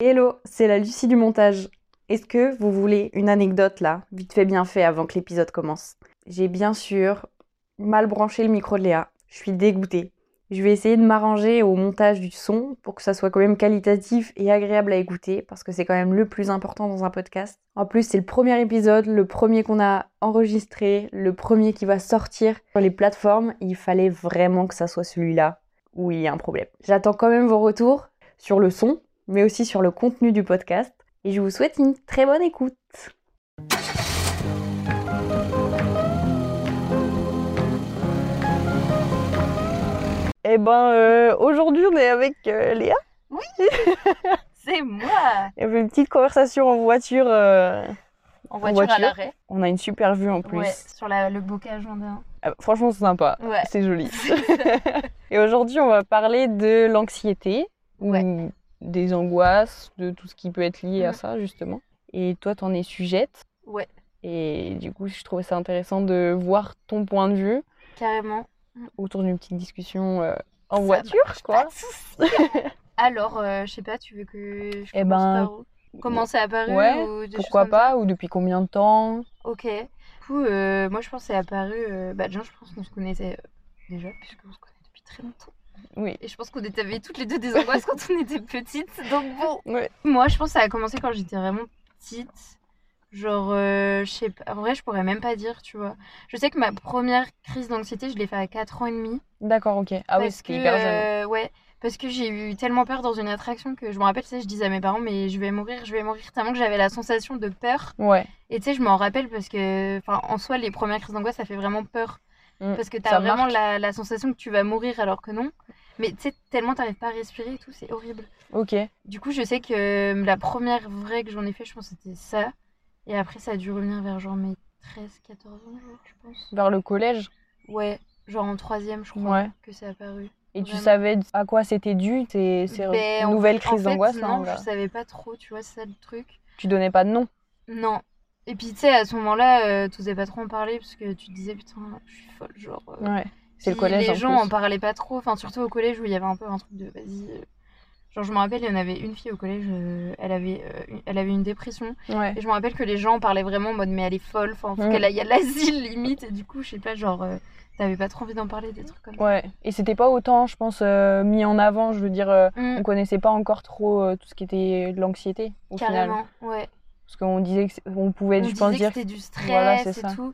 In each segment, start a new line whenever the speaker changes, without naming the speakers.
Hello, c'est la Lucie du montage. Est-ce que vous voulez une anecdote là, vite fait bien fait avant que l'épisode commence J'ai bien sûr mal branché le micro de Léa. Je suis dégoûtée. Je vais essayer de m'arranger au montage du son pour que ça soit quand même qualitatif et agréable à écouter parce que c'est quand même le plus important dans un podcast. En plus, c'est le premier épisode, le premier qu'on a enregistré, le premier qui va sortir sur les plateformes. Il fallait vraiment que ça soit celui-là où il y a un problème. J'attends quand même vos retours sur le son mais aussi sur le contenu du podcast. Et je vous souhaite une très bonne écoute. Eh ben, euh, aujourd'hui, on est avec euh, Léa.
C'est moi
On fait une petite conversation en voiture. euh,
En
voiture
voiture,
à voiture.
à l'arrêt.
On a une super vue en plus.
Ouais, sur la- le bocage andin.
Ah, franchement, c'est sympa.
Ouais.
C'est joli. Et aujourd'hui, on va parler de l'anxiété, ou
Ouais.
des angoisses, de tout ce qui peut être lié à
Mhm.
ça, justement. Et toi, t'en es sujette.
Ouais.
Et du coup, je trouvais ça intéressant de voir ton point de vue
Carrément.
autour d'une petite discussion euh, en
Ça
voiture,
Pas
quoi.
de soucis. Alors, euh, je sais pas, tu veux que je
Eh
commence
ben,
par où Comment c'est apparu
ouais,
ou des
Pourquoi
choses comme ça
pas Ou depuis combien de temps
Ok. Du coup, euh, moi je pense que c'est apparu. euh, bah, déjà, je pense qu'on se connaissait euh, déjà, puisqu'on se connaît depuis très longtemps.
Oui.
Et je pense qu'on était- avait toutes les deux des angoisses quand on était petites. Donc bon.
Ouais.
Moi, je pense que ça a commencé quand j'étais vraiment petite. Genre, euh, je sais pas. En vrai, je pourrais même pas dire, tu vois. Je sais que ma première crise d'anxiété, je l'ai fait à 4 ans et demi.
D'accord, ok. Ah oui,
Parce
c'était
que,
hyper jeune.
euh, ouais, parce que j'ai eu tellement peur dans une attraction que je me rappelle, tu sais, je disais à mes parents, mais je vais mourir, je vais mourir. Tellement que j'avais la sensation de peur.
Ouais.
Et tu sais, je m'en rappelle parce que, enfin, en soi, les premières crises d'angoisse, ça fait vraiment peur.
Mm,
Parce que
ça
t'as vraiment
marque.
la, la sensation que tu vas mourir alors que non. Mais tu sais, tellement t'arrives pas à respirer et tout, c'est horrible.
Ok.
Du coup, je sais que euh, la première vraie que j'en ai fait, je pense que c'était ça. Et après, ça a dû revenir vers genre mes 13, 14 ans, genre, je pense.
Vers le collège
Ouais, genre en troisième, je crois,
Ouais.
que c'est apparu.
Et tu
Vraiment.
savais à quoi c'était dû Ces ces
Ben, en-
nouvelles
en
crises
fait,
d'angoisse hein, là, on
Non,
va-
je savais pas trop, tu vois, c'est ça le truc.
Tu donnais pas de nom
Non. Et puis, tu sais, à ce moment-là, tu t'osais pas trop en parler parce que tu te disais, putain, je suis folle, genre. euh,
Ouais. C'est le
Puis
collège
Les
en
gens
plus.
en parlaient pas trop, enfin surtout au collège où il y avait un peu un truc de vas-y. euh. Genre je me rappelle, il y en avait une fille au collège, euh, elle avait, euh, une- elle avait une dépression.
Ouais.
Et je me rappelle que les gens en parlaient vraiment en mode mais elle est folle, enfin faut
Mm.
qu'elle aille à l'asile limite. Et du coup je sais pas, genre euh, t'avais pas trop envie d'en parler des trucs comme ça.
Ouais, et c'était pas autant, je pense, euh, mis en avant. Je veux dire, euh,
Mm,
on connaissait pas encore trop euh, tout ce qui était de l'anxiété, au final.
carrément, ouais.
Parce qu'on disait que c'est- on pouvait,
On
je pense,
disait
dire.
que c'était du stress
Voilà, c'est
et
ça.
tout.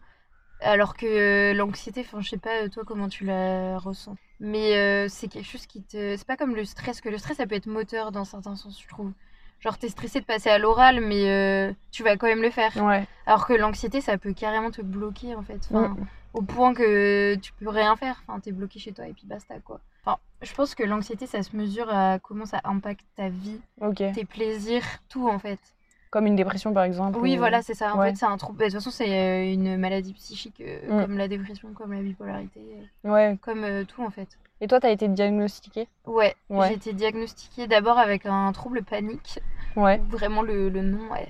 Alors que euh, l'anxiété, enfin je sais pas euh, toi comment tu la ressens. Mais euh, c'est quelque chose qui te... C'est pas comme le stress, que le stress ça peut être moteur dans certains sens je trouve. Genre t'es stressé de passer à l'oral mais euh, tu vas quand même le faire.
Ouais,
Alors que l'anxiété ça peut carrément te bloquer en fait. Enfin,
Mm.
Au point que tu peux rien faire. Enfin t'es bloqué chez toi et puis basta quoi. Enfin je pense que l'anxiété ça se mesure à comment ça impacte ta vie,
ok.
tes plaisirs, tout en fait.
Comme une dépression, par exemple.
Oui,
ou-
voilà, c'est ça. En
euh, ouais.
fait, c'est un trouble. bah, De toute façon, c'est euh, une maladie psychique, euh,
Mm.
comme la dépression, comme la bipolarité, euh,
Ouais.
comme euh, tout en fait.
Et toi, t'as été diagnostiquée
Ouais,
Ouais.
j'ai été diagnostiquée d'abord avec un trouble panique.
Ouais,
Vraiment, le, le nom est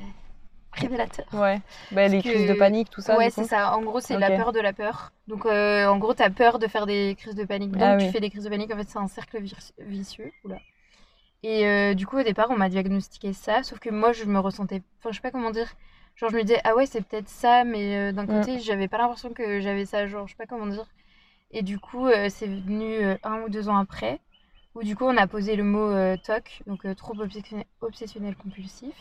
révélateur.
ouais. Bah, les
que-
crises de panique, tout ça.
ouais,
du coup.
c'est ça. En gros, c'est
Ok.
la peur de la peur. Donc, euh, en gros, t'as peur de faire des crises de panique. Donc,
Ah
tu
oui.
fais des crises de panique. En fait, c'est un cercle vir- vicieux. Oula. Et euh, du coup, au départ, on m'a diagnostiqué ça. Sauf que moi, je me ressentais. Enfin, je sais pas comment dire. Genre, je me disais, ah ouais, c'est peut-être ça. Mais euh, d'un
Mm.
côté, j'avais pas l'impression que j'avais ça. Genre, je sais pas comment dire. Et du coup, euh, c'est venu euh, un ou deux ans après. Où du coup, on a posé le mot euh, TOC. Donc, euh, trouble obsessionnel, obsessionnel compulsif.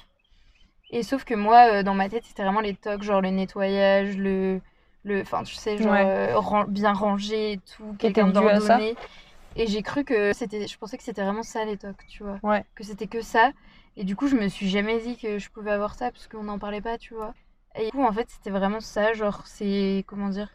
Et sauf que moi, euh, dans ma tête, c'était vraiment les tocs, genre le nettoyage, le. le- Enfin, tu sais, genre
Ouais.
euh, ran- bien rangé et tout,
Qui était
quelqu'un
dû à ça
d'ordonné. Et j'ai cru que c'était. Je pensais que c'était vraiment ça les tocs, tu vois.
Ouais.
Que c'était que ça. Et du coup, je me suis jamais dit que je pouvais avoir ça parce qu'on n'en parlait pas, tu vois. Et du coup, en fait, c'était vraiment ça, genre, c'est. Comment dire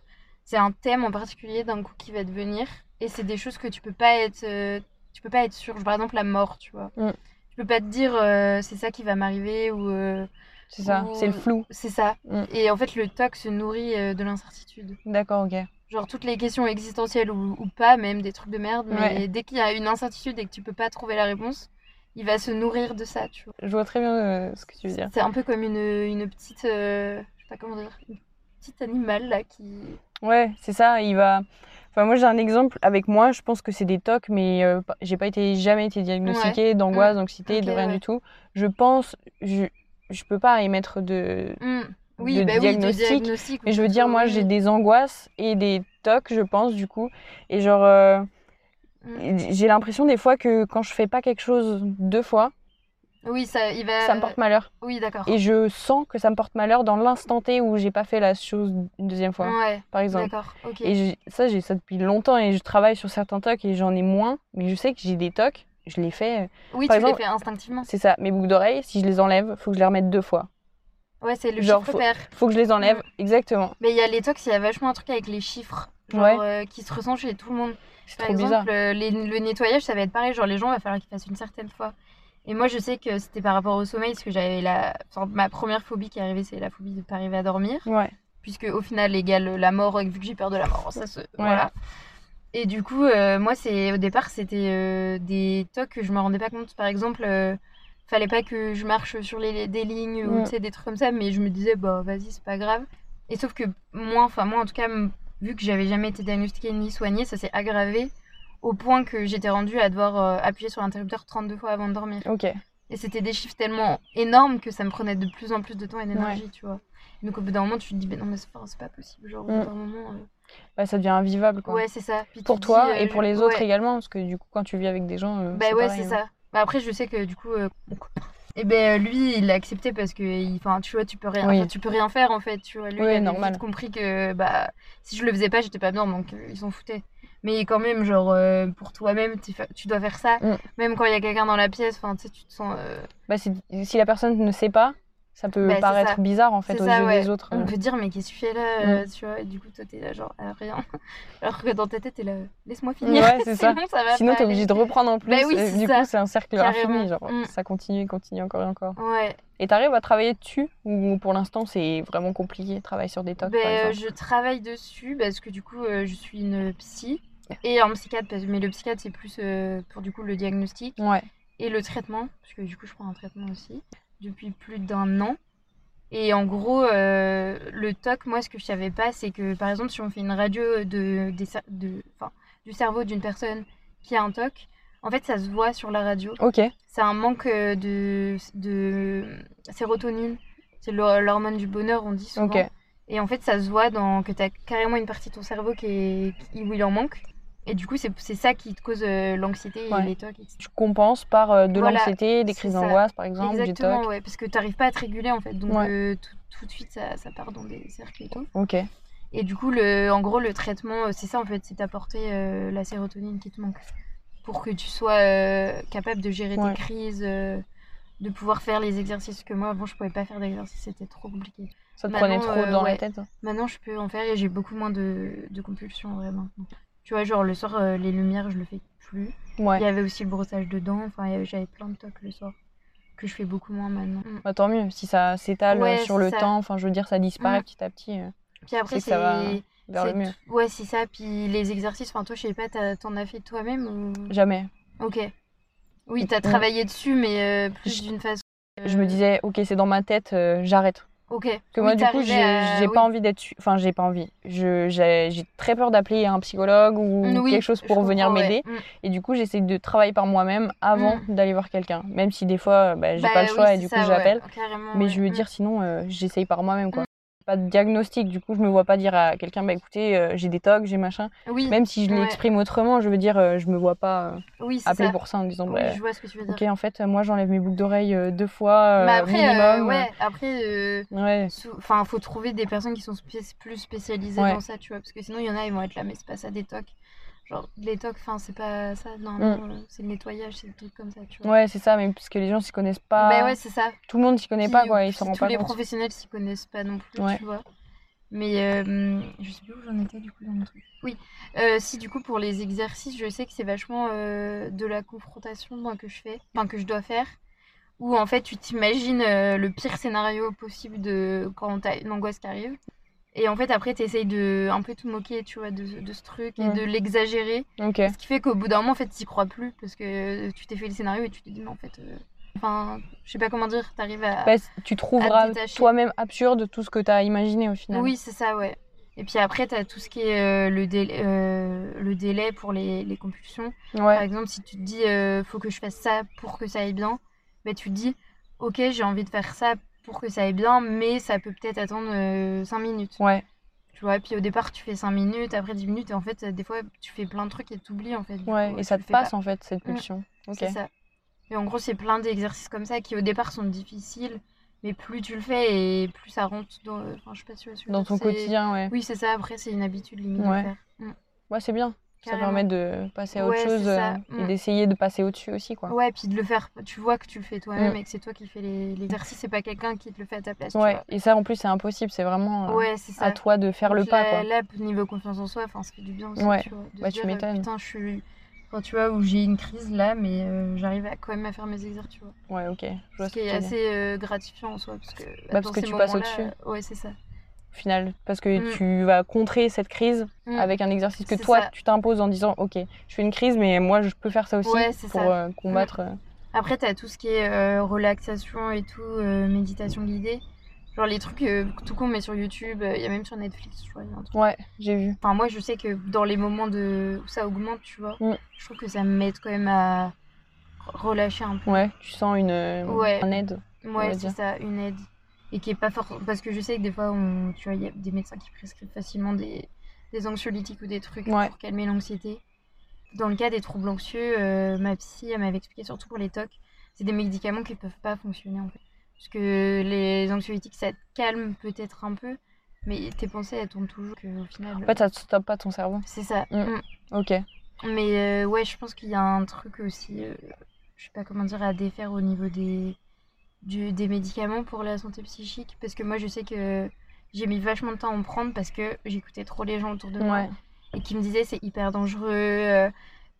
C'est un thème en particulier d'un coup qui va devenir. Et c'est des choses que tu peux pas être. euh, tu peux pas être sûr. Par exemple, la mort, tu vois.
Mm.
Tu peux pas te dire euh, c'est ça qui va m'arriver ou. euh,
C'est ça,
Ou-
c'est le flou.
c'est ça.
Mm.
Et en fait, le TOC se nourrit euh, de l'incertitude.
D'accord, ok.
Genre toutes les questions existentielles ou, ou pas, même des trucs de merde, mais
Ouais.
dès qu'il y a une incertitude et que tu peux pas trouver la réponse, il va se nourrir de ça, tu vois.
Je vois très bien euh, ce que tu veux dire.
C'est un peu comme une, une petite... euh, je sais pas comment dire. Une petite animal, là, qui...
Ouais, c'est ça, il va. Enfin, moi, j'ai un exemple avec moi. Je pense que c'est des tocs, mais euh, pas- j'ai pas été jamais été diagnostiquée d'angoisse, d'anxiété, de
Ok,
rien
ouais.
du tout. Je pense, je, je peux pas émettre de.
Hmm. Oui,
Mm. de
bah oui, de
diagnostic,
diagnostic,
Mais
ou Mm.
je veux
tout,
dire, moi,
oui,
j'ai
oui.
des angoisses et des tocs, je pense, du coup. Et genre, euh,
Mm.
j'ai l'impression des fois que quand je fais pas quelque chose deux fois,
Oui, ça, il va.
ça me porte malheur.
Oui, d'accord.
Et je sens que ça me porte malheur dans l'instant T où j'ai pas fait la chose une deuxième fois,
Ouais,
par exemple.
d'accord, ok.
Et j'ai- ça, j'ai ça depuis longtemps et je travaille sur certains tocs et j'en ai moins. Mais je sais que j'ai des tocs, je les fais,
Oui,
par
tu l'as
exemple-
fait instinctivement.
c'est ça. Mes boucles d'oreilles, si je les enlève, faut que je les remette deux fois.
Ouais, c'est le
Genre,
chiffre
faut-
pair.
Faut que je les enlève,
Mm.
exactement.
Mais il y a les tox, il y a vachement un truc avec les chiffres. Genre, euh, qui se ressent chez tout le monde.
C'est
Par
trop
exemple,
bizarre.
euh, les- le nettoyage, ça va être pareil. Genre, les gens, va falloir qu'ils fassent une certaine fois. Et moi, je sais que c'était par rapport au sommeil, parce que j'avais la. enfin, ma première phobie qui est arrivée, c'est la phobie de ne pas arriver à dormir.
Ouais.
puisque au final égale la mort vu que j'ai peur de la mort ça se voilà et du coup euh, moi c'est au départ c'était euh, des tocs que je me rendais pas compte par exemple euh, fallait pas que je marche sur les des lignes ou
Ouais.
tu sais, des trucs comme ça mais je me disais bah vas-y c'est pas grave et sauf que moi enfin moi en tout cas m- vu que j'avais jamais été diagnostiquée ni soignée ça s'est aggravé au point que j'étais rendue à devoir euh, appuyer sur l'interrupteur 32 fois avant de dormir
Ok.
et c'était des chiffres tellement énormes que ça me prenait de plus en plus de temps et d'énergie, tu vois. Donc au bout d'un moment, tu te dis, mais non, mais c'est pas, c'est pas possible. Genre, au bout
Mm.
d'un moment. euh,
Ouais, Bah, ça devient invivable, quoi.
Ouais, c'est ça. Puis tu
pour
te
toi
dis, euh,
et pour
je-
les autres
ouais.
également, parce que du coup, quand tu vis avec des gens, euh,
Bah ouais,
pareil,
c'est
hein.
ça. Bah après, je sais que du coup. euh, mon copain- Eh ben lui, il l'a accepté parce que, il- enfin, tu vois, tu peux rien,
Oui.
enfin, tu peux rien faire en fait, tu vois. Lui,
Oui,
il avait
normal.
vite compris que, bah, si je le faisais pas, j'étais pas bien, donc euh, ils s'en foutaient. Mais quand même, genre, euh, pour toi-même, tu fais- tu dois faire ça.
Mm.
Même quand il y a quelqu'un dans la pièce, enfin, tu sais, tu te sens. euh,
Bah, c'est- si la personne ne sait pas, ça peut
Bah, c'est
paraître
ça.
bizarre en fait
C'est
aux
ça,
yeux
ouais.
des autres.
On peut dire, mais qu'est-ce que tu fais
Mm.
là euh, Tu vois, et du coup, toi, t'es là, genre, ah, rien. Alors que dans ta tête, t'es là, laisse-moi finir.
Ouais, c'est ça.
Sinon, ça va
Sinon,
pas
t'es obligé
aller.
de reprendre en plus.
Bah oui,
et
c'est
du
ça.
coup, c'est un cercle
Carrément.
infini. Genre,
Mm.
ça continue, continue encore et encore.
Ouais.
Et t'arrives à travailler dessus ou pour l'instant, c'est vraiment compliqué, travailler sur des tocs par
Ben, euh,
exemple
je travaille dessus parce que du coup, euh, je suis une psy et un psychiatre. parce- Mais le psychiatre, c'est plus euh, pour du coup le diagnostic
Ouais.
et le traitement. Parce que du coup, je prends un traitement aussi depuis plus d'un an. Et en gros, euh, le TOC, moi, ce que je savais pas, c'est que par exemple, si on fait une radio de, des cer- de, enfin, du cerveau d'une personne qui a un TOC, en fait, ça se voit sur la radio.
Ok.
C'est un manque euh, de, de sérotonine. C'est l'hor- l'hormone du bonheur, on dit souvent.
Ok.
Et en fait, ça se voit dans que tu as carrément une partie de ton cerveau qui est, qui- où il en manque. Et du coup, c'est c'est ça qui te cause euh, l'anxiété
Ouais.
et les tocs, etc.
Tu compenses par euh, de
Voilà,
l'anxiété, des
c'est
crises
ça.
d'angoisse par exemple,
Exactement,
des tocs.
ouais, parce que tu n'arrives pas à te réguler en fait. Donc,
Ouais.
euh, tout, tout de suite, ça, ça part dans des cercles et tout.
Ok.
Et du coup, le, en gros, le traitement, euh, c'est ça en fait, c'est d'apporter euh, la sérotonine qui te manque. Pour que tu sois euh, capable de gérer
Ouais.
tes crises, euh, de pouvoir faire les exercices que moi, avant, je pouvais pas faire d'exercices, c'était trop compliqué.
Ça te
Maintenant,
prenait trop
euh,
dans la
ouais.
tête. hein?
Maintenant, je peux en faire et j'ai beaucoup moins de, de compulsions, vraiment. Tu vois, genre le soir, euh, les lumières, je le fais plus. Il
Ouais.
y avait aussi le brossage de dents, enfin, il y avait- j'avais plein de tocs le soir que je fais beaucoup moins maintenant. Mm.
Bah, tant mieux, si ça s'étale
Ouais,
euh, sur
c'est
le
ça.
temps, enfin je veux dire, ça disparaît
Mm.
petit à petit euh,
Puis après,
C'est que ça va
c'est.
vers le
c'est
mieux.
tout- Ouais, c'est ça. Puis les exercices, enfin, toi, je sais pas, t'as- t'en as fait toi-même ou.
Jamais.
Ok. Oui,
Mm.
t'as travaillé dessus, mais euh, plus
Je-
d'une façon.
Je me
euh,
disais, ok, c'est dans ma tête, euh, j'arrête.
Ok.
Parce que moi, du coup, j'ai j'ai pas envie d'être. su- Enfin, j'ai pas envie. Je- J'ai j'ai très peur d'appeler un psychologue ou
Mm,
quelque chose pour venir m'aider. Et du coup, j'essaie de travailler par moi-même avant
Mm.
d'aller voir quelqu'un. Même si des fois, euh, bah, j'ai pas le choix et du coup, j'appelle.
Ah
Mais je
mm.
veux dire, sinon, euh, j'essaye par moi-même, quoi. Pas de diagnostic, du coup, je me vois pas dire à quelqu'un, bah écoutez, euh, j'ai des tocs, j'ai machin.
Mm. Oui,
Même si je
Ouais.
l'exprime autrement, je veux dire, euh, je me vois pas euh,
oui, c'est
appeler
ça.
pour ça en disant,
Oui,
bah,
je vois ce que tu veux dire.
ok, en fait, moi, j'enlève mes boucles d'oreilles euh, deux fois
Mais
euh,
après, euh,
minimum.
ouais, après, euh,
Ouais.
sou- enfin, faut trouver des personnes qui sont spé- plus spécialisées
Ouais.
dans ça, tu vois, parce que sinon, il y en a, ils vont être là, mais c'est pas ça, des tocs. Genre, les tocs, enfin, c'est pas ça, non, non, euh, c'est le nettoyage, c'est des trucs comme ça, tu vois.
Mm. Ouais, c'est ça, mais parce que les gens s'y connaissent pas.
Bah ouais, c'est ça.
Tout le monde s'y connaît
Puis,
pas, quoi.
ou-
Ils s'en
puis
rendent
Tous
pas
les
compte.
professionnels s'y connaissent pas non plus,
Ouais.
tu vois. Mais euh, je sais plus où j'en étais du coup dans mon truc. Oui, Euh, si du coup pour les exercices, je sais que c'est vachement euh, de la confrontation moi que je fais, enfin que je dois faire, où en fait tu t'imagines euh, le pire scénario possible de quand t'as une angoisse qui arrive, et en fait après t'essayes de un peu te moquer, tu vois, de, de ce truc et
Ouais.
de l'exagérer,
Ok.
ce qui fait qu'au bout d'un moment en fait t'y crois plus parce que euh, tu t'es fait le scénario et tu te dis mais en fait, euh, enfin je sais pas comment dire, t'arrives à
Bah, c- tu trouveras
détacher.
toi-même absurde tout ce que t'as imaginé au final.
Oui, c'est ça, ouais. Et puis après, tu as tout ce qui est euh, le, délai, euh, le délai pour les, les compulsions. Par
Ouais.
exemple, si tu te dis, euh, faut que je fasse ça pour que ça aille bien, bah, tu te dis, ok, j'ai envie de faire ça pour que ça aille bien, mais ça peut peut-être attendre 5 minutes.
Ouais.
Tu vois, et puis au départ, tu fais 5 minutes, après 10 minutes, et en fait, des fois, tu fais plein de trucs et t'oublies, en fait. du
Ouais.
coup,
Et
tu
ça
le
te
fais pas.
passe en fait cette
Mm.
pulsion. Ok.
C'est ça. Mais en gros, c'est plein d'exercices comme ça qui au départ sont difficiles, mais plus tu le fais et plus ça rentre dans, enfin, je sais pas si tu vois ce que je veux
Dans
dire,
ton
c'est-
quotidien, ouais.
Oui, c'est ça. Après, c'est une habitude limite de
Ouais.
le faire. Mm.
Ouais, c'est bien. Ça
Carrément.
permet de passer à autre
Ouais, c'est
chose
ça.
euh,
Mm.
et d'essayer de passer au-dessus aussi, quoi.
Ouais, puis de le faire, tu vois que tu le fais toi-même
Mm.
et que c'est toi qui fais les- l'exercice, c'est pas quelqu'un qui te le fait à ta place. tu
Ouais.
vois.
Et ça, en plus, c'est impossible. C'est vraiment euh,
ouais c'est ça.
à toi de faire le
Donc
pas,
là-
quoi.
Là, niveau confiance en soi, enfin, ça fait du bien aussi.
Ouais.
Tu vois, de
Bah,
se
tu
dire, euh,
m'étonnes.
Putain, je suis. Enfin, tu vois, où j'ai une crise là, mais euh, j'arrive à, quand même à faire mes exercices, tu vois.
Ouais, ok. Je vois
Ce
ce
qui
que
est
tu veux dire. Bah,
assez euh, gratifiant en soi, parce que.
parce
dans
que
ces
tu passes
moments-là,
au-dessus.
euh, Ouais, c'est ça.
au final. Parce que
Mm.
tu vas contrer cette crise
Mm.
avec un exercice que
C'est
toi,
ça.
tu t'imposes en disant Ok, je fais une crise, mais moi, je peux faire ça aussi
Ouais, c'est
pour
ça.
euh, combattre. euh.
Après, t'as tout ce qui est euh, relaxation et tout, euh, méditation guidée. Genre les trucs euh, tout con, mais sur YouTube, euh, il y a même sur Netflix, je crois. il y a un truc.
Ouais, j'ai vu.
Enfin, moi, je sais que dans les moments de... où ça augmente, tu vois,
Mm.
je trouve que ça m'aide quand même à relâcher un peu.
Ouais, tu sens une euh,
Ouais.
un aide.
Ouais,
va
c'est
dire.
ça, une aide. Et qui est pas forcément. Parce que je sais que des fois, on... tu vois, il y a des médecins qui prescrivent facilement des, des anxiolytiques ou des trucs
Ouais.
pour calmer l'anxiété. Dans le cas des troubles anxieux, euh, ma psy elle m'avait expliqué, surtout pour les TOC, c'est des médicaments qui peuvent pas fonctionner en fait. Parce que les anxiolytiques, ça te calme peut-être un peu, mais tes pensées, elles tournent toujours que, au final.
En fait, ça te stoppe pas ton cerveau.
C'est ça.
Mm.
Mm.
Ok.
Mais euh, ouais, je pense qu'il y a un truc aussi, euh, je sais pas comment dire, à défaire au niveau des, du- des médicaments pour la santé psychique. Parce que moi, je sais que j'ai mis vachement de temps à en prendre parce que j'écoutais trop les gens autour de moi
Ouais.
et qui me disaient c'est hyper dangereux, euh,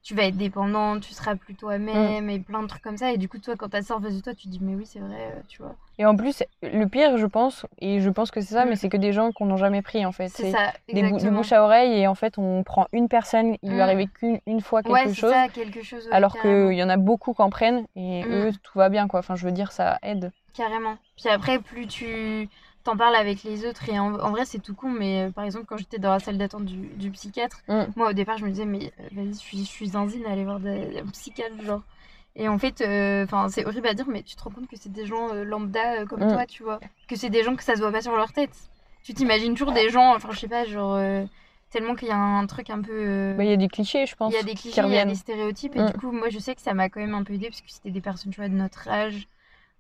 tu vas être dépendant, tu seras plus toi-même
Mm.
et plein de trucs comme ça. Et du coup, toi, quand t'as ça en face de toi, tu te dis mais oui, c'est vrai, euh, tu vois.
Et en plus, le pire, je pense, et je pense que c'est ça,
Mm.
mais c'est que des gens qu'on n'a jamais pris en fait.
C'est ça,
des bou- du
exactement.
bouche à oreille et en fait, on prend une personne, il lui
Mm.
est arrivé qu'une une fois quelque
ouais, c'est
chose.
ça, quelque chose. ouais,
Alors
carrément.
qu'il y en a beaucoup qui en prennent et
Mm.
eux, tout va bien quoi. Enfin, je veux dire, ça aide.
Carrément. Puis après, plus tu t'en parles avec les autres, et en, en vrai, c'est tout con, mais euh, par exemple, quand j'étais dans la salle d'attente du, du psychiatre,
Mm.
moi au départ, je me disais, mais euh, vas-y, je suis, je suis zinzine à aller voir des- un psychiatre, genre. Et en fait, euh, enfin, c'est horrible à dire, mais tu te rends compte que c'est des gens euh, lambda euh, comme
Mm.
toi, tu vois. Que c'est des gens que ça se voit pas sur leur tête. Tu t'imagines toujours des gens, enfin, je sais pas, genre, euh, tellement qu'il y a un truc un peu. euh,
Bah, Il y a des clichés, je pense.
il y a des
qui
clichés, il y a
reviennent.
des stéréotypes, et
Mm.
du coup, moi, je sais que ça m'a quand même un peu aidé parce que c'était des personnes, tu vois, de notre âge,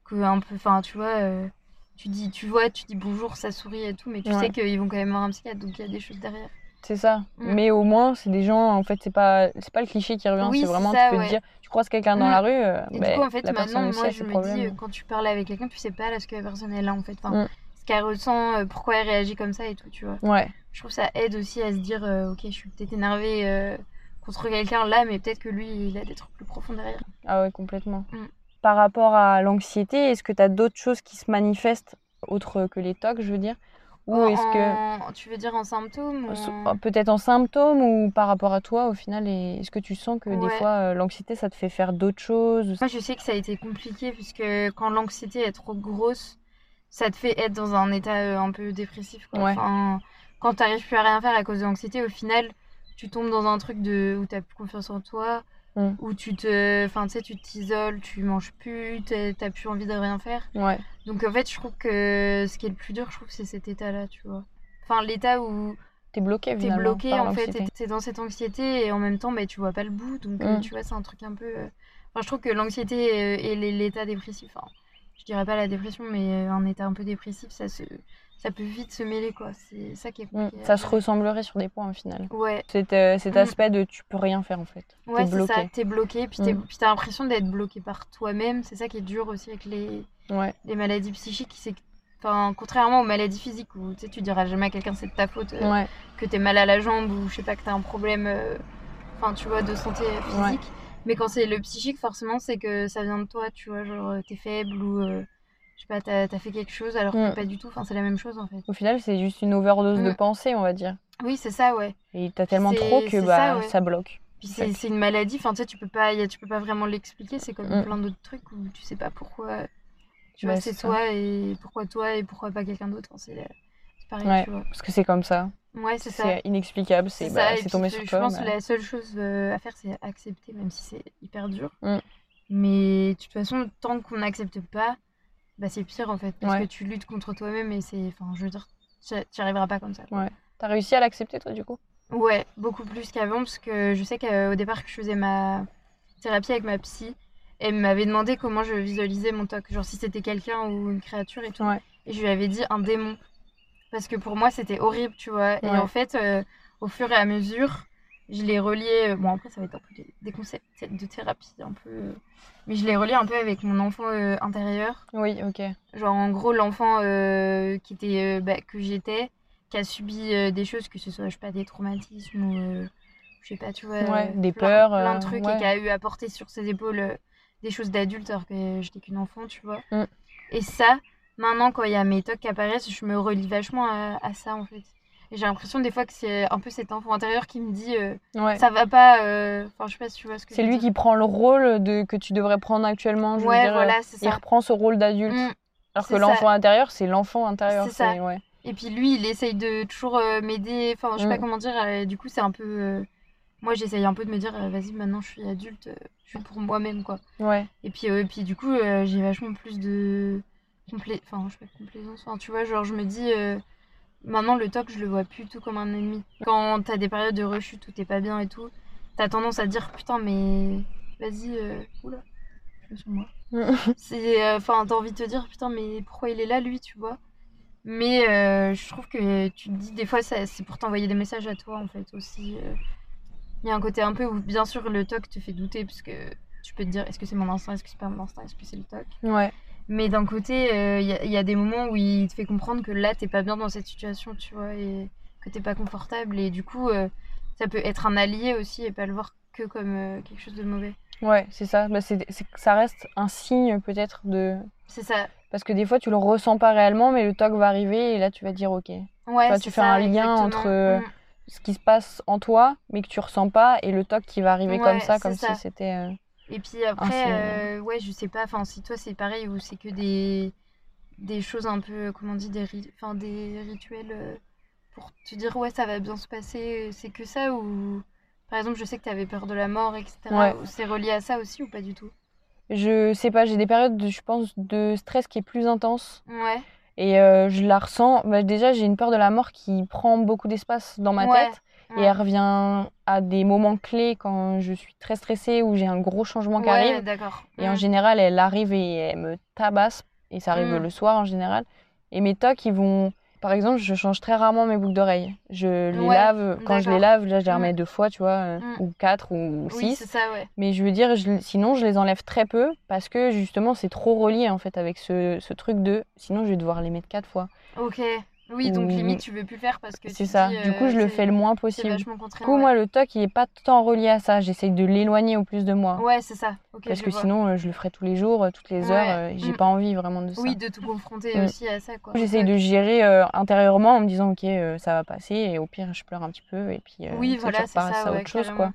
que un peu, enfin, tu vois, euh, tu dis, tu vois, tu dis bonjour, ça sourit et tout, mais tu
Ouais.
sais qu'ils vont quand même voir un psychiatre, donc il y a des choses derrière.
C'est ça.
Mm.
Mais au moins, c'est des gens, en fait, c'est pas, c'est pas le cliché qui revient.
Oui,
c'est vraiment,
c'est ça,
tu peux
ouais.
te dire, tu croises quelqu'un dans
Mm.
la rue, euh,
Et
ben,
du coup, en fait,
la personne
maintenant,
aussi
moi,
a
je
ses
me dis, euh,
problèmes.
quand tu parles avec quelqu'un, tu sais pas là ce que la personne est là, en fait, enfin,
Mm.
ce qu'elle ressent, euh, pourquoi elle réagit comme ça et tout, tu vois.
Ouais,
Je trouve que ça aide aussi à se dire, euh, ok, je suis peut-être énervée euh, contre quelqu'un là, mais peut-être que lui, il a des trucs plus profonds derrière.
ah ouais, complètement.
Mm.
Par rapport à l'anxiété, est-ce que tu as d'autres choses qui se manifestent, autres que les tocs, je veux dire Ou
En-
est-ce que.
en- Tu veux dire en symptômes ou
so-
Oh, en- hmm.
Peut-être en oh, symptômes ou par rapport à toi, au final, et est-ce que tu sens que des
Ouais.
fois, euh, l'anxiété, ça te fait faire d'autres choses
Moi, je sais que ça a été compliqué puisque quand l'anxiété est trop grosse, ça te fait être dans un état euh, un peu dépressif. Quoi.
Ouais.
Enfin, quand tu n'arrives plus à rien faire à cause de l'anxiété, au final, tu tombes dans un truc de... où tu n'as plus confiance en toi,
Mm.
où tu te, enfin, tu sais, tu t'isoles, tu manges plus, tu n'as plus envie de rien faire.
Ouais,
Donc en fait, je trouve que ce qui est le plus dur, je trouve, c'est cet état-là, tu vois. Enfin, l'état où
t'es bloqué
t'es
finalement.
bloqué
par
en fait,
l'anxiété.
et t'es dans cette anxiété et en même temps bah, tu vois pas le bout, donc euh,
Mm.
tu vois c'est un truc un peu... euh, Enfin je trouve que l'anxiété euh, et l'é- l'état dépressif, enfin je dirais pas la dépression mais euh, un état un peu dépressif ça, se... ça peut vite se mêler quoi, c'est ça qui est
Mm.
compliqué. à
Ça se
gérer.
ressemblerait sur des points, au final.
Ouais,
cet, euh, cet
Mm.
aspect de tu peux rien faire en fait.
ouais
T'es
c'est ça,
bloqué.
t'es bloqué, puis t'es-
Mm.
puis t'as l'impression d'être bloqué par toi-même, c'est ça qui est dur aussi avec les,
Ouais,
les maladies psychiques, c'est que- Enfin, contrairement aux maladies physiques où tu sais, tu diras jamais à quelqu'un c'est de ta faute, euh,
ouais,
que t'es mal à la jambe ou je sais pas que t'as un problème euh, enfin tu vois de santé physique
Ouais.
mais quand c'est le psychique forcément c'est que ça vient de toi tu vois genre euh, t'es faible ou euh, je sais pas t'as t'as fait quelque chose alors que
Mm.
pas du tout enfin c'est la même chose en fait
Au final, c'est juste une overdose de
Mm.
pensée, on va dire.
oui c'est ça ouais
Et t'as tellement
C'est-
trop que
c'est
bah,
ça,
ça,
ouais.
bloque.
puis
Fait
c'est
que-
c'est une maladie enfin tu sais tu peux pas y a- tu peux pas vraiment l'expliquer c'est comme
Mm.
plein d'autres trucs où tu sais pas pourquoi tu
Ouais,
vois c'est
c'est ça.
toi et pourquoi toi et pourquoi pas quelqu'un d'autre Enfin, c'est c'est pareil
Ouais.
tu vois
Parce que c'est comme ça.
Ouais, c'est ça.
C'est inexplicable, c'est
ça,
bah,
et
c'est
puis
tombé
je-
sur
je
toi.
pense que
bah,
la seule chose euh, à faire, c'est accepter, même si c'est hyper dur.
Mm.
Mais de toute façon, tant qu'on n'accepte pas, bah, c'est pire en fait. Parce
Ouais.
que tu luttes contre toi-même et c'est. Enfin, je veux dire, tu n'y arriveras pas comme ça. quoi.
T'as réussi à l'accepter toi du coup
Ouais, beaucoup plus qu'avant, parce que je sais qu'au départ que je faisais ma thérapie avec ma psy, elle m'avait demandé comment je visualisais mon toc, genre si c'était quelqu'un ou une créature et tout.
Ouais.
Et je lui avais dit un démon, parce que pour moi c'était horrible, tu vois. Et
Ouais.
en fait, euh, au fur et à mesure, je l'ai relié. euh, Bon, après, ça va être un peu des, des concepts de thérapie, un peu. euh, Mais je l'ai relié un peu avec mon enfant euh, intérieur.
Oui, ok.
Genre en gros l'enfant euh, qui était euh, bah, que j'étais, qui a subi euh, des choses, que ce soit je sais pas des traumatismes ou euh, je sais pas tu vois
Ouais,
euh,
des
plein-
peurs,
plein
euh,
de trucs
ouais.
et qui a eu à porter sur ses épaules euh, des choses d'adulte alors que j'étais qu'une enfant tu vois.
Mm.
Et ça maintenant quand il y a mes tocs qui apparaissent, je me relie vachement à, à ça en fait. Et j'ai l'impression des fois que c'est un peu cet enfant intérieur qui me dit euh,
Ouais.
ça va pas, euh, enfin je sais pas si tu vois ce que je
C'est
veux
lui
dire.
qui prend le rôle de que tu devrais prendre actuellement. Je veux
ouais
dire, euh,
voilà c'est
Il
ça.
reprend ce rôle d'adulte.
Mm.
alors
c'est
que
ça.
l'enfant intérieur, c'est l'enfant intérieur.
C'est ça.
c'est- ouais.
Et puis lui, il essaye de toujours euh, m'aider. Enfin, je sais
Mm.
pas comment dire. euh, du coup, c'est un peu. euh, moi, j'essaye un peu de me dire, euh, vas-y, maintenant, je suis adulte. euh, je suis pour moi-même, quoi.
Ouais.
Et puis, euh, et puis du coup, euh, j'ai vachement plus de. complai- Enfin, je sais pas, complaisance. Enfin, tu vois, genre, je me dis. euh, maintenant, le toc, je le vois plus tout comme un ennemi. Quand t'as des périodes de rechute où t'es pas bien et tout, t'as tendance à dire, putain, mais. Vas-y, euh, oula. Je me suis moi c'est euh, enfin t'as envie de te dire putain mais pourquoi il est là lui tu vois mais euh, je trouve que tu te dis des fois ça- c'est pour t'envoyer des messages à toi en fait aussi euh. il y a un côté un peu où bien sûr le toc te fait douter parce que tu peux te dire est-ce que c'est mon instinct est-ce que c'est pas mon instinct est-ce que c'est le toc
Ouais.
mais d'un côté euh, il y, a- il y a des moments où il te fait comprendre que là t'es pas bien dans cette situation tu vois et que t'es pas confortable et du coup euh, ça peut être un allié aussi et pas le voir que comme euh, quelque chose de mauvais
Ouais, c'est ça. Bah, c'est, c'est- ça reste un signe peut-être de.
c'est ça
Parce que des fois, tu le ressens pas réellement, mais le toc va arriver et là, tu vas dire ok.
ouais
Toi,
c'est
tu fais
ça,
un lien
exactement.
entre, euh,
Mm.
Ce qui se passe en toi, mais que tu ressens pas, et le toc qui va arriver comme
Ouais,
ça,
c'est
comme
ça.
si c'était. euh,
Et puis
c'est-
après, euh, ouais, je sais pas, enfin, si toi c'est pareil ou c'est que des, des choses un peu, euh, comment on dit, des, ri- enfin, des rituels euh, pour te dire ouais, ça va bien se passer, euh, c'est que ça ou par exemple, je sais que t'avais peur de la mort, etc.
Ouais.
ou C'est relié à ça aussi ou pas du tout
Je sais pas, j'ai des périodes, de- je pense, de stress qui est plus intense.
Ouais,
Et euh, je la ressens. Bah, déjà, j'ai une peur de la mort qui prend beaucoup d'espace dans ma
Ouais,
tête. Et
ouais.
elle revient à des moments clés quand je suis très stressée ou j'ai un gros changement qui
ouais,
arrive.
d'accord.
Et en
Mm.
général, elle arrive et elle me tabasse. Et ça arrive
Mm.
le soir en général. Et mes tocs, ils vont. Par exemple, je change très rarement mes boucles d'oreilles. Je les
Ouais,
lave. Quand je les
d'accord.
lave, là, je les remets deux fois, tu vois, euh,
Mm.
ou quatre ou
Oui,
six.
c'est ça, ouais.
Mais je veux dire, je- sinon, je les enlève très peu parce que justement, c'est trop relié en fait avec ce, ce truc de. Sinon, je vais devoir les mettre quatre fois.
Ok. Oui, donc
Ou-
limite, tu veux plus faire parce que tu
C'est
te
ça.
dis,
du
euh,
coup, je le
c'est-
fais le moins
c'est
possible.
vachement
Du
contraire.
coup,
ouais.
moi, le toc, il est pas tant relié à ça. J'essaye de l'éloigner au plus de moi.
Ouais, c'est ça. Ok,
parce
je
que
vois.
sinon, euh, je le ferai tous les jours, euh, toutes les
Ouais.
heures. euh, et J'ai
Mm.
pas envie vraiment de ça.
Oui, de te confronter
Mm.
aussi à ça, quoi.
J'essaye
Ouais.
de gérer euh, intérieurement en me disant ok euh, ça va passer et au pire je pleure un petit peu et puis euh,
Oui,
tu sais, tu
voilà, c'est
repars
ça,
à
ouais,
autre chose
carrément.
quoi.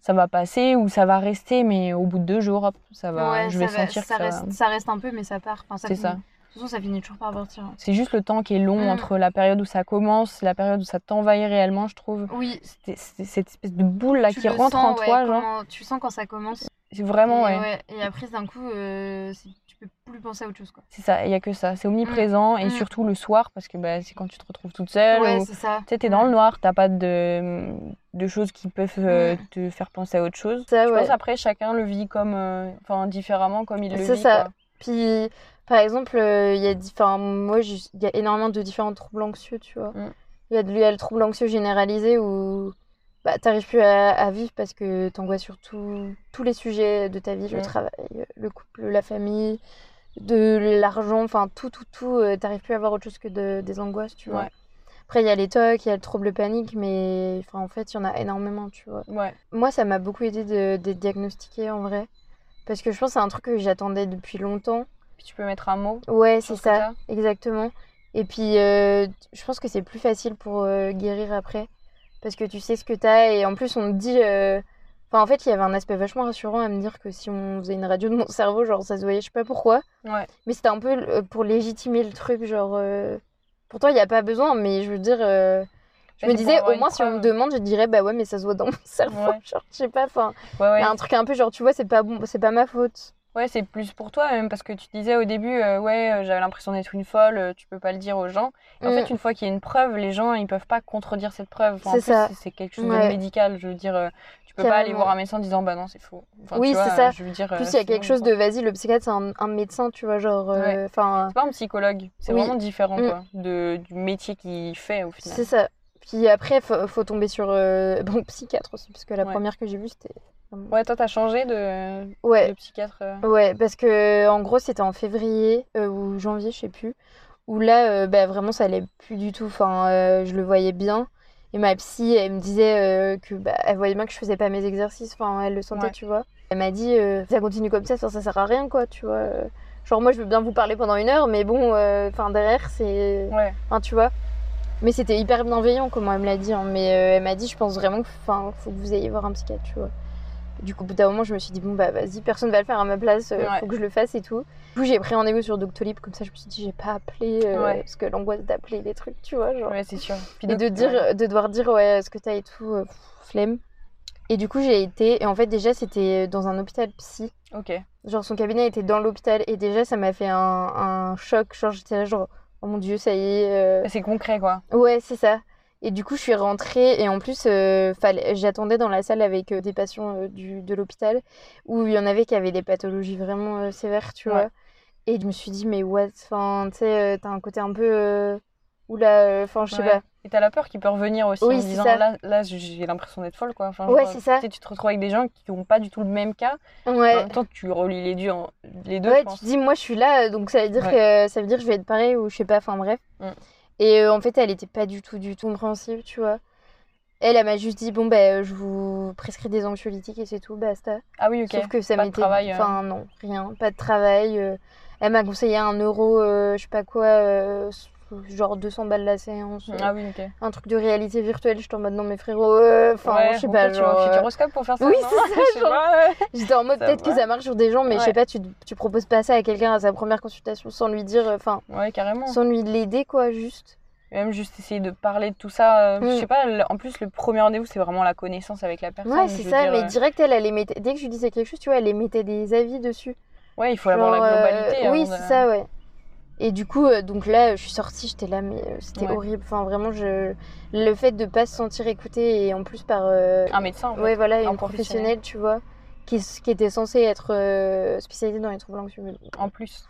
Ça va passer ou ça va rester mais au bout de deux jours hop, ça va
Ouais,
je
ça
vais
va-
sentir
ça
que ça va-
reste, ça reste un peu, mais ça part. Enfin, ça
c'est
finit-
ça.
De toute façon, ça finit toujours par partir. hein.
C'est juste le temps qui est long
Mm.
entre la période où ça commence, la période où ça t'envahit réellement je trouve.
Oui,
C'était- c'est- Cette espèce de boule là
tu
qui
le
rentre
sens,
en
ouais,
toi genre
comment- Tu sens quand ça commence.
c'est vraiment
et,
ouais.
ouais, et après, d'un coup, euh, c'est- tu peux plus penser à autre chose, quoi.
C'est ça, il y a que ça, c'est omniprésent et
Mm.
surtout le soir parce que bah, c'est quand tu te retrouves toute seule
Ouais,
ou-
c'est ça.
Tu sais, t'es dans le noir, t'as pas de, de choses qui peuvent euh,
Mm.
te faire penser à autre chose.
Ça,
je
ouais.
pense après, chacun le vit comme, euh, enfin, différemment comme il le
C'est
vit.
ça.
quoi.
Puis, par exemple, euh, il y a, dif- enfin, moi, je- il y a énormément de différents troubles anxieux, tu vois.
Mm.
Il y, a de- il y a le trouble anxieux généralisé où bah, t'arrives plus à, à vivre parce que t'angoisses sur tout- tous les sujets de ta vie, le
Mm.
travail, le couple, la famille, de l'argent, enfin, tout, tout, tout. euh, t'arrives plus à avoir autre chose que de- des angoisses, tu vois.
Ouais.
Après, il y a les tocs, il y a le trouble panique, mais enfin, en fait, il y en a énormément, tu vois.
Ouais.
Moi, ça m'a beaucoup aidé de, de diagnostiquer en vrai. Parce que je pense que c'est un truc que j'attendais depuis longtemps.
Puis tu peux mettre un mot.
Ouais, c'est
sur ce
ça,
que
exactement. Et puis, euh, je pense que c'est plus facile pour euh, guérir après, parce que tu sais ce que t'as, et en plus, on te dit... euh, Enfin, en fait, il y avait un aspect vachement rassurant à me dire que si on faisait une radio de mon cerveau, genre, ça se voyait, je sais pas pourquoi,
t'as. Ouais.
mais c'était un peu euh, pour légitimer le truc, genre... euh, Pourtant, il n'y a pas besoin, mais je veux dire... euh, Je Je
Bah,
me disais, au moins, si on me demande, je dirais, bah ouais, mais ça se voit dans mon cerveau.
Ouais.
Genre, je sais pas, enfin,
Ouais,
il
ouais.
y a un truc un peu genre, tu vois, c'est pas bon, c'est pas ma faute.
Ouais, c'est plus pour toi même parce que tu disais au début, euh, ouais, euh, j'avais l'impression d'être une folle, euh, tu peux pas le dire aux gens. Et En
Mm.
fait, une fois qu'il y a une preuve, les gens ils peuvent pas contredire cette preuve. Enfin, en
C'est
plus,
ça.
c'est- C'est quelque chose
Ouais.
de médical, je veux dire, euh, tu peux pas aller
Carrément.
voir un médecin en disant bah non, c'est faux. Enfin,
Oui,
tu vois,
c'est ça.
euh, Je veux dire,
En
euh,
plus, il y a
c'est
quelque
bon,
chose
quoi.
de, vas-y, le psychiatre, c'est un, un médecin, tu vois, genre, euh,
Ouais.
enfin,
C'est pas un psychologue, c'est
Oui.
vraiment différent
Mm.
quoi, de, du métier qu'il fait au final.
c'est ça. Puis après, faut, faut tomber sur euh, bon psychiatre aussi, parce que la
Ouais.
première que j'ai vue, c'était.
Ouais, toi t'as changé de,
Ouais,
de psychiatre. euh.
Ouais, parce que en gros, c'était en février euh, ou janvier, je sais plus, où là, euh, bah, vraiment, ça allait plus du tout. Enfin, euh, je le voyais bien. Et ma psy, elle me disait euh, que bah, elle voyait bien que je faisais pas mes exercices. Enfin, elle le sentait,
Ouais.
tu vois. Elle m'a dit, euh, ça continue comme ça, enfin, ça sert à rien, quoi, tu vois. Euh, Genre, moi, je veux bien vous parler pendant une heure, mais bon, euh, enfin, derrière, c'est.
Ouais.
Enfin, tu vois. Mais c'était hyper bienveillant, comment elle me l'a dit. hein. Mais euh, elle m'a dit, je pense vraiment que, enfin, faut que vous ayez voir un psychiatre, tu vois. Du coup, au bout d'un moment, je me suis dit, bon, bah vas-y, personne va le faire à ma place, euh,
Ouais.
faut que je le fasse et tout. Du coup, j'ai pris rendez-vous sur Doctolib, comme ça, je me suis dit, j'ai pas appelé, euh,
Ouais.
parce que l'angoisse d'appeler les trucs, tu vois. Genre.
Ouais, c'est sûr. Puis
Et de,
donc,
dire,
ouais.
de devoir dire, ouais, ce que t'as et tout, euh, pff, flemme. Et du coup, j'ai été, et en fait, déjà, c'était euh, dans un hôpital psy.
Ok.
Genre, son cabinet était dans l'hôpital, et déjà, ça m'a fait un, un choc. Genre, j'étais là, genre, oh mon dieu, ça y est. euh,
Bah, C'est concret quoi.
Ouais, c'est ça. Et du coup, je suis rentrée et en plus, euh, fallait- j'attendais dans la salle avec euh, des patients euh, du, de l'hôpital où il y en avait qui avaient des pathologies vraiment euh, sévères, tu
Ouais.
vois. Et je me suis dit, mais what, enfin, tu sais, euh, t'as un côté un peu. euh, Oula, euh, enfin, je sais
Ouais.
pas.
Et t'as la peur qui peut revenir aussi
Oui,
en
c'est
disant
ça.
là, là j'ai l'impression d'être folle quoi. Enfin,
Ouais,
genre,
c'est ça.
Tu, sais, tu te retrouves avec des gens qui n'ont pas du tout le même cas. En
Ouais.
même temps, tu relis les deux, en- les deux
ouais,
je pense.
tu te dis, moi je suis là, euh, donc ça veut dire que ça veut dire que je vais être pareil ou je sais pas, enfin bref.
Mm.
Et euh, en fait, elle était pas du tout, du tout compréhensible, tu vois. Elle, elle m'a juste dit, bon, ben, je vous prescris des anxiolytiques et c'est tout, basta.
Ah oui, ok.
Sauf que ça
Pas de
m'était.
travail, euh.
Enfin, non, rien, pas de travail. euh. Elle m'a conseillé un euro, euh, je sais pas quoi, euh, genre 200 balles la séance, euh,
Ah oui, ok.
un truc de réalité virtuelle. J'étais en mode, non, mais frérot, euh, enfin,
Ouais,
je sais
ou
pas,
quoi,
genre,
Tu vas au
euh,
Futuroscope pour faire ça
oui,
non
c'est ça,
Je sais
genre.
pas, ouais.
J'étais en mode,
Ça
peut-être que
va.
ça marche sur des gens, mais je sais
Ouais.
pas, tu, tu proposes pas ça à quelqu'un à sa première consultation sans lui dire, euh, enfin,
Ouais, carrément.
sans lui l'aider, quoi, juste.
Et Même juste essayer de parler de tout ça. euh,
Mm.
Je sais pas, le- en plus, le premier rendez-vous, c'est vraiment la connaissance avec la personne.
ouais,
je
c'est
veux
ça,
dire,
mais
euh,
direct, elle, elle émettait, dès que je lui disais quelque chose, tu vois, elle émettait des avis dessus.
Ouais, il faut avoir la
Genre, euh,
globalité. hein,
oui,
avant de-
c'est ça, ouais. Et du coup, euh, donc là, je suis sortie, j'étais là, mais euh, c'était
Ouais.
horrible. Enfin, vraiment, je... le fait de pas se sentir écoutée et en plus par euh,
Un médecin, en fait.
ouais, voilà,
un
une professionnelle, tu vois, qui, s- qui était censée être euh, spécialisée dans les troubles anxieux.
En plus.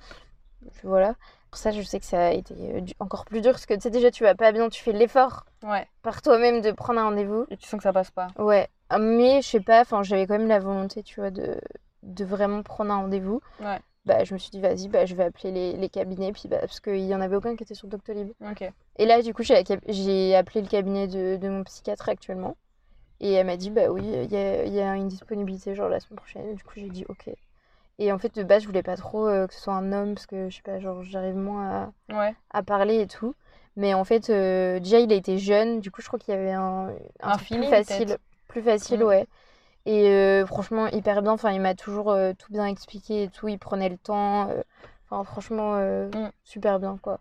Puis voilà. Pour ça, je sais que ça a été euh, du- encore plus dur parce que tu sais, déjà, tu vas pas bien, tu fais l'effort
Ouais.
par toi-même de prendre un rendez-vous.
Et tu sens que ça passe pas.
Ouais. Mais je sais pas, enfin, j'avais quand même la volonté, tu vois, de, de vraiment prendre un rendez-vous.
Ouais.
Bah, je me suis dit, vas-y, bah, je vais appeler les, les cabinets, puis bah, parce qu'il y en avait aucun qui était sur Doctolib.
Ok.
Et là, du coup, j'ai j'ai appelé le cabinet de, de mon psychiatre actuellement. Et elle m'a dit, bah oui, il y a, il y a une disponibilité, genre la semaine prochaine. Du coup, j'ai dit, ok. Et en fait, de base, je voulais pas trop euh, que ce soit un homme, parce que je sais pas, genre, j'arrive moins
Ouais.
à, à parler et tout. Mais en fait, euh, déjà, il a été jeune, du coup, je crois qu'il y avait un, un
Un
truc plus
feeling,
facile.
peut-être.
Plus facile,
Mm.
ouais. Et euh, franchement, hyper bien. Enfin, il m'a toujours euh, tout bien expliqué et tout. Il prenait le temps. euh, Enfin, franchement, euh,
Mm.
super bien, quoi.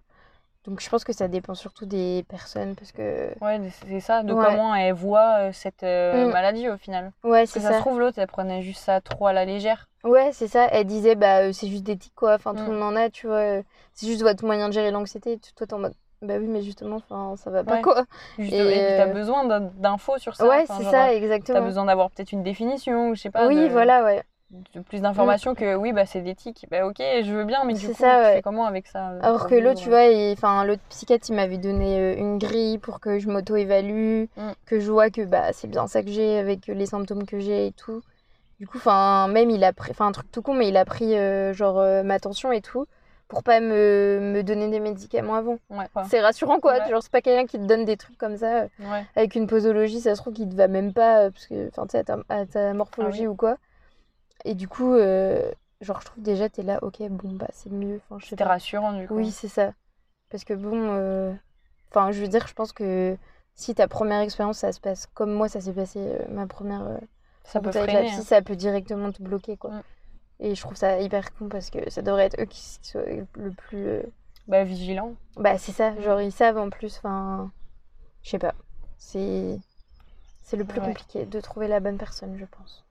Donc, je pense que ça dépend surtout des personnes parce que.
Ouais, c'est ça, de
Ouais.
comment elle voit euh, cette euh,
Mm.
maladie au final.
Ouais,
Parce que
c'est
ça,
ça.
se trouve, l'autre, elle prenait juste ça trop à la légère.
Ouais, c'est ça. Elle disait, bah, euh, c'est juste des tics, quoi. Enfin, tout le
Mm.
monde en a, tu vois. C'est juste votre moyen de gérer l'anxiété. Tu- Toi, t'es en mode, bah oui, mais justement, enfin, ça va pas,
Ouais.
quoi.
Juste,
Et,
et, puis t'as
euh,
besoin d'un- d'infos sur ça.
ouais,
Enfin,
c'est
genre,
ça,
T'as
exactement.
besoin d'avoir peut-être une définition ou je sais pas.
Oui,
de-
voilà, ouais.
de plus d'informations que oui, bah c'est des tics. Bah ok, je veux bien, mais
C'est
du coup,
ça,
tu
ouais.
fais comment avec ça euh,
Alors
pour
que l'autre,
vivre
tu vois, il- enfin, l'autre psychiatre, il m'avait donné euh, une grille pour que je m'auto-évalue,
Mm.
que je vois que bah, c'est bien ça que j'ai avec les symptômes que j'ai et tout. Du coup, enfin, même il a pris, enfin, un truc tout con, mais il a pris euh, genre euh, ma tension et tout pour pas me, me donner des médicaments avant.
Ouais, enfin,
C'est rassurant quoi,
Ouais.
genre c'est pas quelqu'un qui te donne des trucs comme ça euh,
ouais.
avec une posologie, ça se trouve qu'il te va même pas euh, parce que, enfin, tu sais, à ta, à ta morphologie
Ah oui.
ou quoi. Et du coup, euh, genre, je trouve déjà, t'es là, ok, bon, bah, c'est mieux, enfin, je sais
C'était
pas.
rassurant du coup.
Oui, c'est ça. Parce que bon, euh, enfin, je veux dire, je pense que si ta première expérience, ça se passe comme moi, ça s'est passé euh, ma première euh,
ça peut
rencontre avec
freiner.
la psy,
hein.
ça peut directement te bloquer, quoi.
Mm.
Et je trouve ça hyper con parce que ça devrait être eux qui soient le plus. euh,
Bah vigilant.
Bah, c'est ça, genre, ils savent en plus, enfin, je sais pas. C'est c'est le plus
Ouais.
compliqué de trouver la bonne personne, je pense.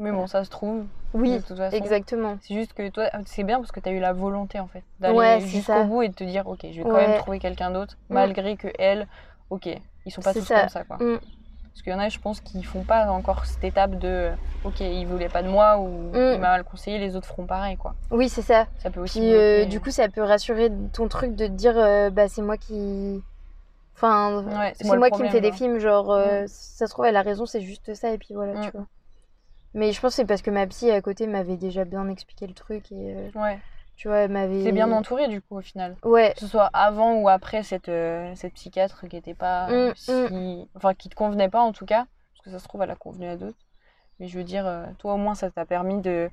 Mais bon, ça se trouve.
Oui,
de toute façon.
exactement.
C'est juste que toi, c'est bien parce que tu as eu la volonté en fait d'aller
Ouais, c'est ça.
jusqu'au bout et de te dire ok, je vais quand
Ouais.
même trouver quelqu'un d'autre
Mm.
malgré que elle, ok, ils sont pas
C'est
tous
ça.
comme ça quoi.
Mm.
Parce qu'il y en a, je pense, qui font pas encore cette étape de ok, il voulait pas de moi ou il m'a mal conseillé, les autres feront pareil quoi.
Oui, c'est ça.
Ça peut aussi.
Mm. Puis euh,
bloquer. hein.
du coup, ça peut rassurer ton truc de te dire euh, bah c'est moi qui enfin
Ouais, c'est
c'est
moi
moi,
le
qui
problème,
me
hein.
fais des
quoi.
films genre euh, ça se trouve elle a raison, c'est juste ça et puis voilà,
Mm.
tu vois. Mais je pense que c'est parce que ma psy à côté m'avait déjà bien expliqué le truc et euh,
ouais,
tu vois, elle m'avait
c'est bien entouré du coup au final.
Ouais,
Que ce soit avant ou après cette, euh, cette psychiatre qui était pas euh,
Mm, mm.
si. Enfin, qui te convenait pas en tout cas, parce que ça se trouve, elle a convenu à d'autres. Mais je veux dire, euh, toi au moins, ça t'a permis de,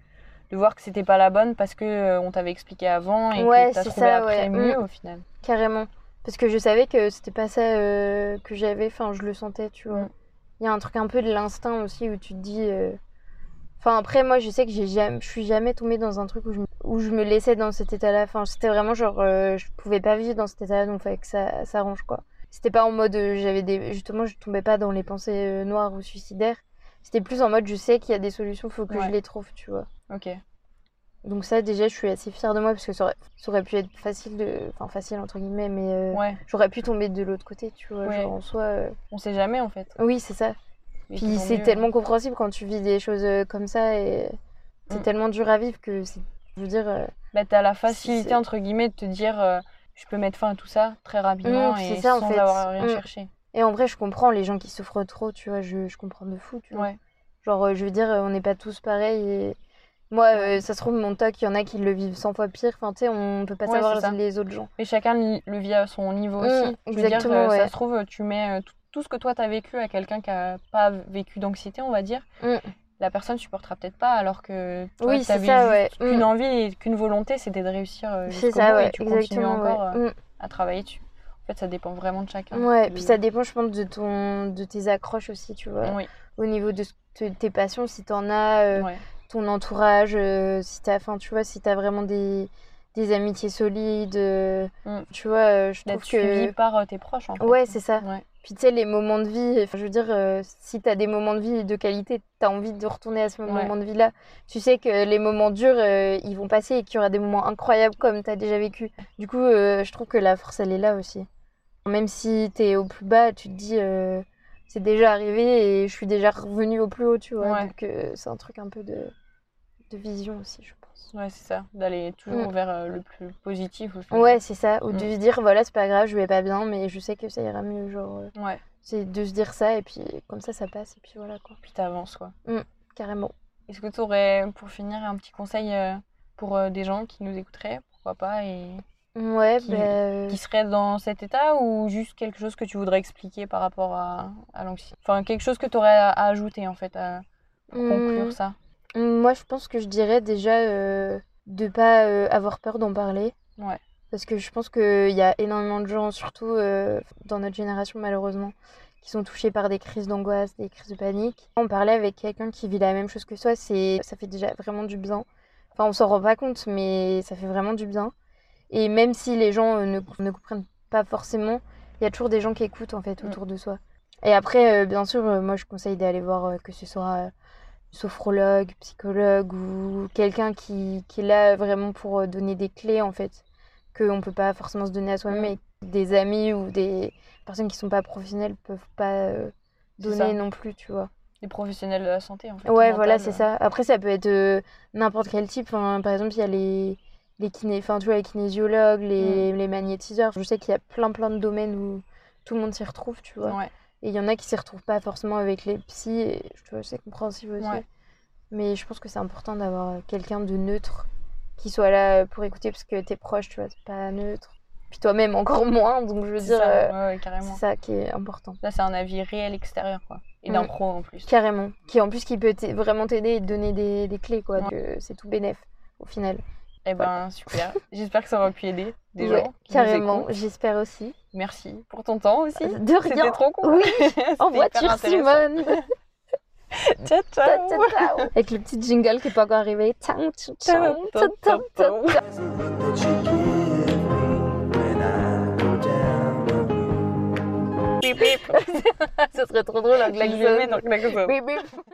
de voir que c'était pas la bonne parce que euh, on t'avait expliqué avant et
Ouais,
que t'as
c'est
trouvé
ça,
après
ouais, Mm.
mieux au final.
carrément parce que je savais que c'était pas ça euh, que j'avais, enfin je le sentais, tu vois.
Mm.
Il y a un truc un peu de l'instinct aussi où tu te dis euh, Enfin après moi je sais que j'ai jamais, je suis jamais tombée dans un truc où je, me- où je me laissais dans cet état-là. Enfin c'était vraiment genre euh, je pouvais pas vivre dans cet état-là donc fallait que ça s'arrange quoi. C'était pas en mode euh, j'avais des justement je tombais pas dans les pensées euh, noires ou suicidaires. C'était plus en mode je sais qu'il y a des solutions faut que
Ouais.
je les trouve tu vois.
Ok.
Donc ça déjà je suis assez fière de moi parce que ça aurait, ça aurait pu être facile de enfin facile entre guillemets mais euh,
Ouais.
j'aurais pu tomber de l'autre côté tu vois
Ouais.
genre en soi euh,
On sait jamais en fait.
oui c'est ça.
Mais
Puis
tant
c'est
mieux.
tellement compréhensible quand tu vis des choses euh, comme ça et c'est
Mm.
tellement dur à vivre que c'est- je veux dire euh,
Bah, t'as la
c'est-
facilité entre guillemets de te dire. euh, je peux mettre fin à tout ça très rapidement
Mm, c'est
et
ça, en
sans
fait.
avoir rien
Mm.
cherché.
et en vrai je comprends les gens qui souffrent trop tu vois je, je comprends de fou tu vois
Ouais.
genre euh, je veux dire euh, on n'est pas tous pareils et moi euh, ça se trouve mon toc il y en a qui le vivent 100 fois pire enfin tu sais on peut pas
Ouais, c'est ça.
savoir les autres gens
Mais chacun le- le vit à son niveau
Mm,
aussi. Je veux dire,
exactement,
euh, ça
ouais.
se trouve, tu mets euh, tout, tout ce que toi t'as vécu à quelqu'un qui a pas vécu d'anxiété, on va dire.
Mm.
La personne supportera peut-être pas, alors que toi,
Oui, c'est
t'avais
ça,
juste
ouais.
qu'une
Mm.
envie et qu'une volonté, c'était de réussir euh,
c'est
jusqu'au
ça
bout
ouais
et tu continues
exactement
encore
ouais.
euh,
Mm.
à travailler dessus. En fait, ça dépend vraiment de chacun.
Ouais,
De-
puis ça dépend je pense de ton de tes accroches aussi tu vois
Oui,
au niveau de, ce- de tes passions si t'en as euh,
ouais.
ton entourage, euh, si t'as, enfin, tu vois, si t'as vraiment des, des amitiés solides, euh,
Mm.
tu vois, euh, je trouve
D'être
que
suivi par euh, tes proches, en fait.
ouais, c'est ça.
Ouais.
Puis tu sais, les moments de vie, enfin, je veux dire, euh, si t'as des moments de vie de qualité, t'as envie de retourner à ce
Ouais.
moment de vie-là. Tu sais que les moments durs, euh, ils vont passer et qu'il y aura des moments incroyables comme t'as déjà vécu. Du coup, euh, je trouve que la force, elle est là aussi. Même si t'es au plus bas, tu te dis, euh, c'est déjà arrivé et je suis déjà revenue au plus haut, tu vois.
Ouais.
Donc euh, c'est un truc un peu de, de vision aussi, je pense.
Ouais, c'est ça. D'aller toujours vers euh, le plus positif. Au final.
Mm. Ouais, c'est ça. Ou
Mm.
de se dire, voilà, c'est pas grave, je vais pas bien, mais je sais que ça ira mieux, genre. euh,
Ouais.
c'est de se dire ça et puis comme ça ça passe et puis voilà quoi
Puis t'avances, quoi.
carrément
Est-ce que tu aurais, pour finir, un petit conseil euh, pour euh, des gens qui nous écouteraient, pourquoi pas, et
ouais
Qui-
bah, euh,
qui seraient dans cet état ou juste quelque chose que tu voudrais expliquer par rapport à, à l'anxiété Enfin, quelque chose que tu aurais à, à ajouter, en fait, à, pour
Hmm.
conclure ça.
hum, moi je pense que je dirais déjà euh, de pas euh, avoir peur d'en parler
Ouais.
parce que je pense que il y a énormément de gens surtout euh, dans notre génération malheureusement qui sont touchés par des crises d'angoisse des crises de panique en parler avec quelqu'un qui vit la même chose que soi c'est ça fait déjà vraiment du bien enfin on s'en rend pas compte mais ça fait vraiment du bien et même si les gens euh, ne, ne comprennent pas forcément il y a toujours des gens qui écoutent en fait
Mm.
autour de soi et après euh, bien sûr euh, moi je conseille d'aller voir euh, que ce soit euh, sophrologue psychologue ou quelqu'un qui, qui est là vraiment pour euh, donner des clés en fait qu'on peut pas forcément se donner à soi-même
Mm.
et des amis ou des personnes qui sont pas professionnelles peuvent pas euh,
C'est ça.
donner non plus tu vois
Les professionnels de la santé, en fait.
Ouais,
mentale,
voilà,
euh,
c'est ça. Après, ça peut être euh, n'importe quel type. Enfin, par exemple, il y a les, les, kiné... enfin, tu vois, les kinésiologues,
Mm.
les, les magnétiseurs. Je sais qu'il y a plein, plein de domaines où tout le monde s'y retrouve, tu vois.
euh, Ouais.
Et il y en a qui s'y retrouvent pas forcément avec les psys. Et, je- tu vois, c'est compréhensible aussi.
Ouais.
Mais je pense que c'est important d'avoir euh, quelqu'un de neutre qui soit là euh, pour écouter parce que tes proches, tu vois, c'est pas neutre. Puis toi-même, encore moins. Donc, je veux
C'est
dire,
ça,
euh,
ouais, ouais,
c'est
carrément.
ça qui est important.
Là, c'est un avis réel extérieur, quoi. Et d'un
Mm.
pro, en plus.
Carrément. Qui en plus qui peut t'a- vraiment t'aider et te donner des, des clés quoi.
Ouais.
Donc, euh, c'est tout bénéf au final.
Eh ben, super. J'espère que ça aura pu aider des
Ouais,
gens. qui nous
carrément.
écoutent.
J'espère aussi.
Merci pour ton temps aussi.
De
C'était
rien.
trop cool.
Oui.
C'était hyper
En voiture
intéressant.
Simone.
Ciao,
Ta,
ciao.
ta, ta. Avec le petit jingle qui est pas encore arrivé. Tang, tchou,
Ta,
tchang,
ta,
ta, ta, ta.
ta.
There's a look that you give me when I go down the blue.
We
bip bip.
Ce serait trop drôle, un
Je le mets
klaxon.
dans
hein, Klaxon.
Bip bip.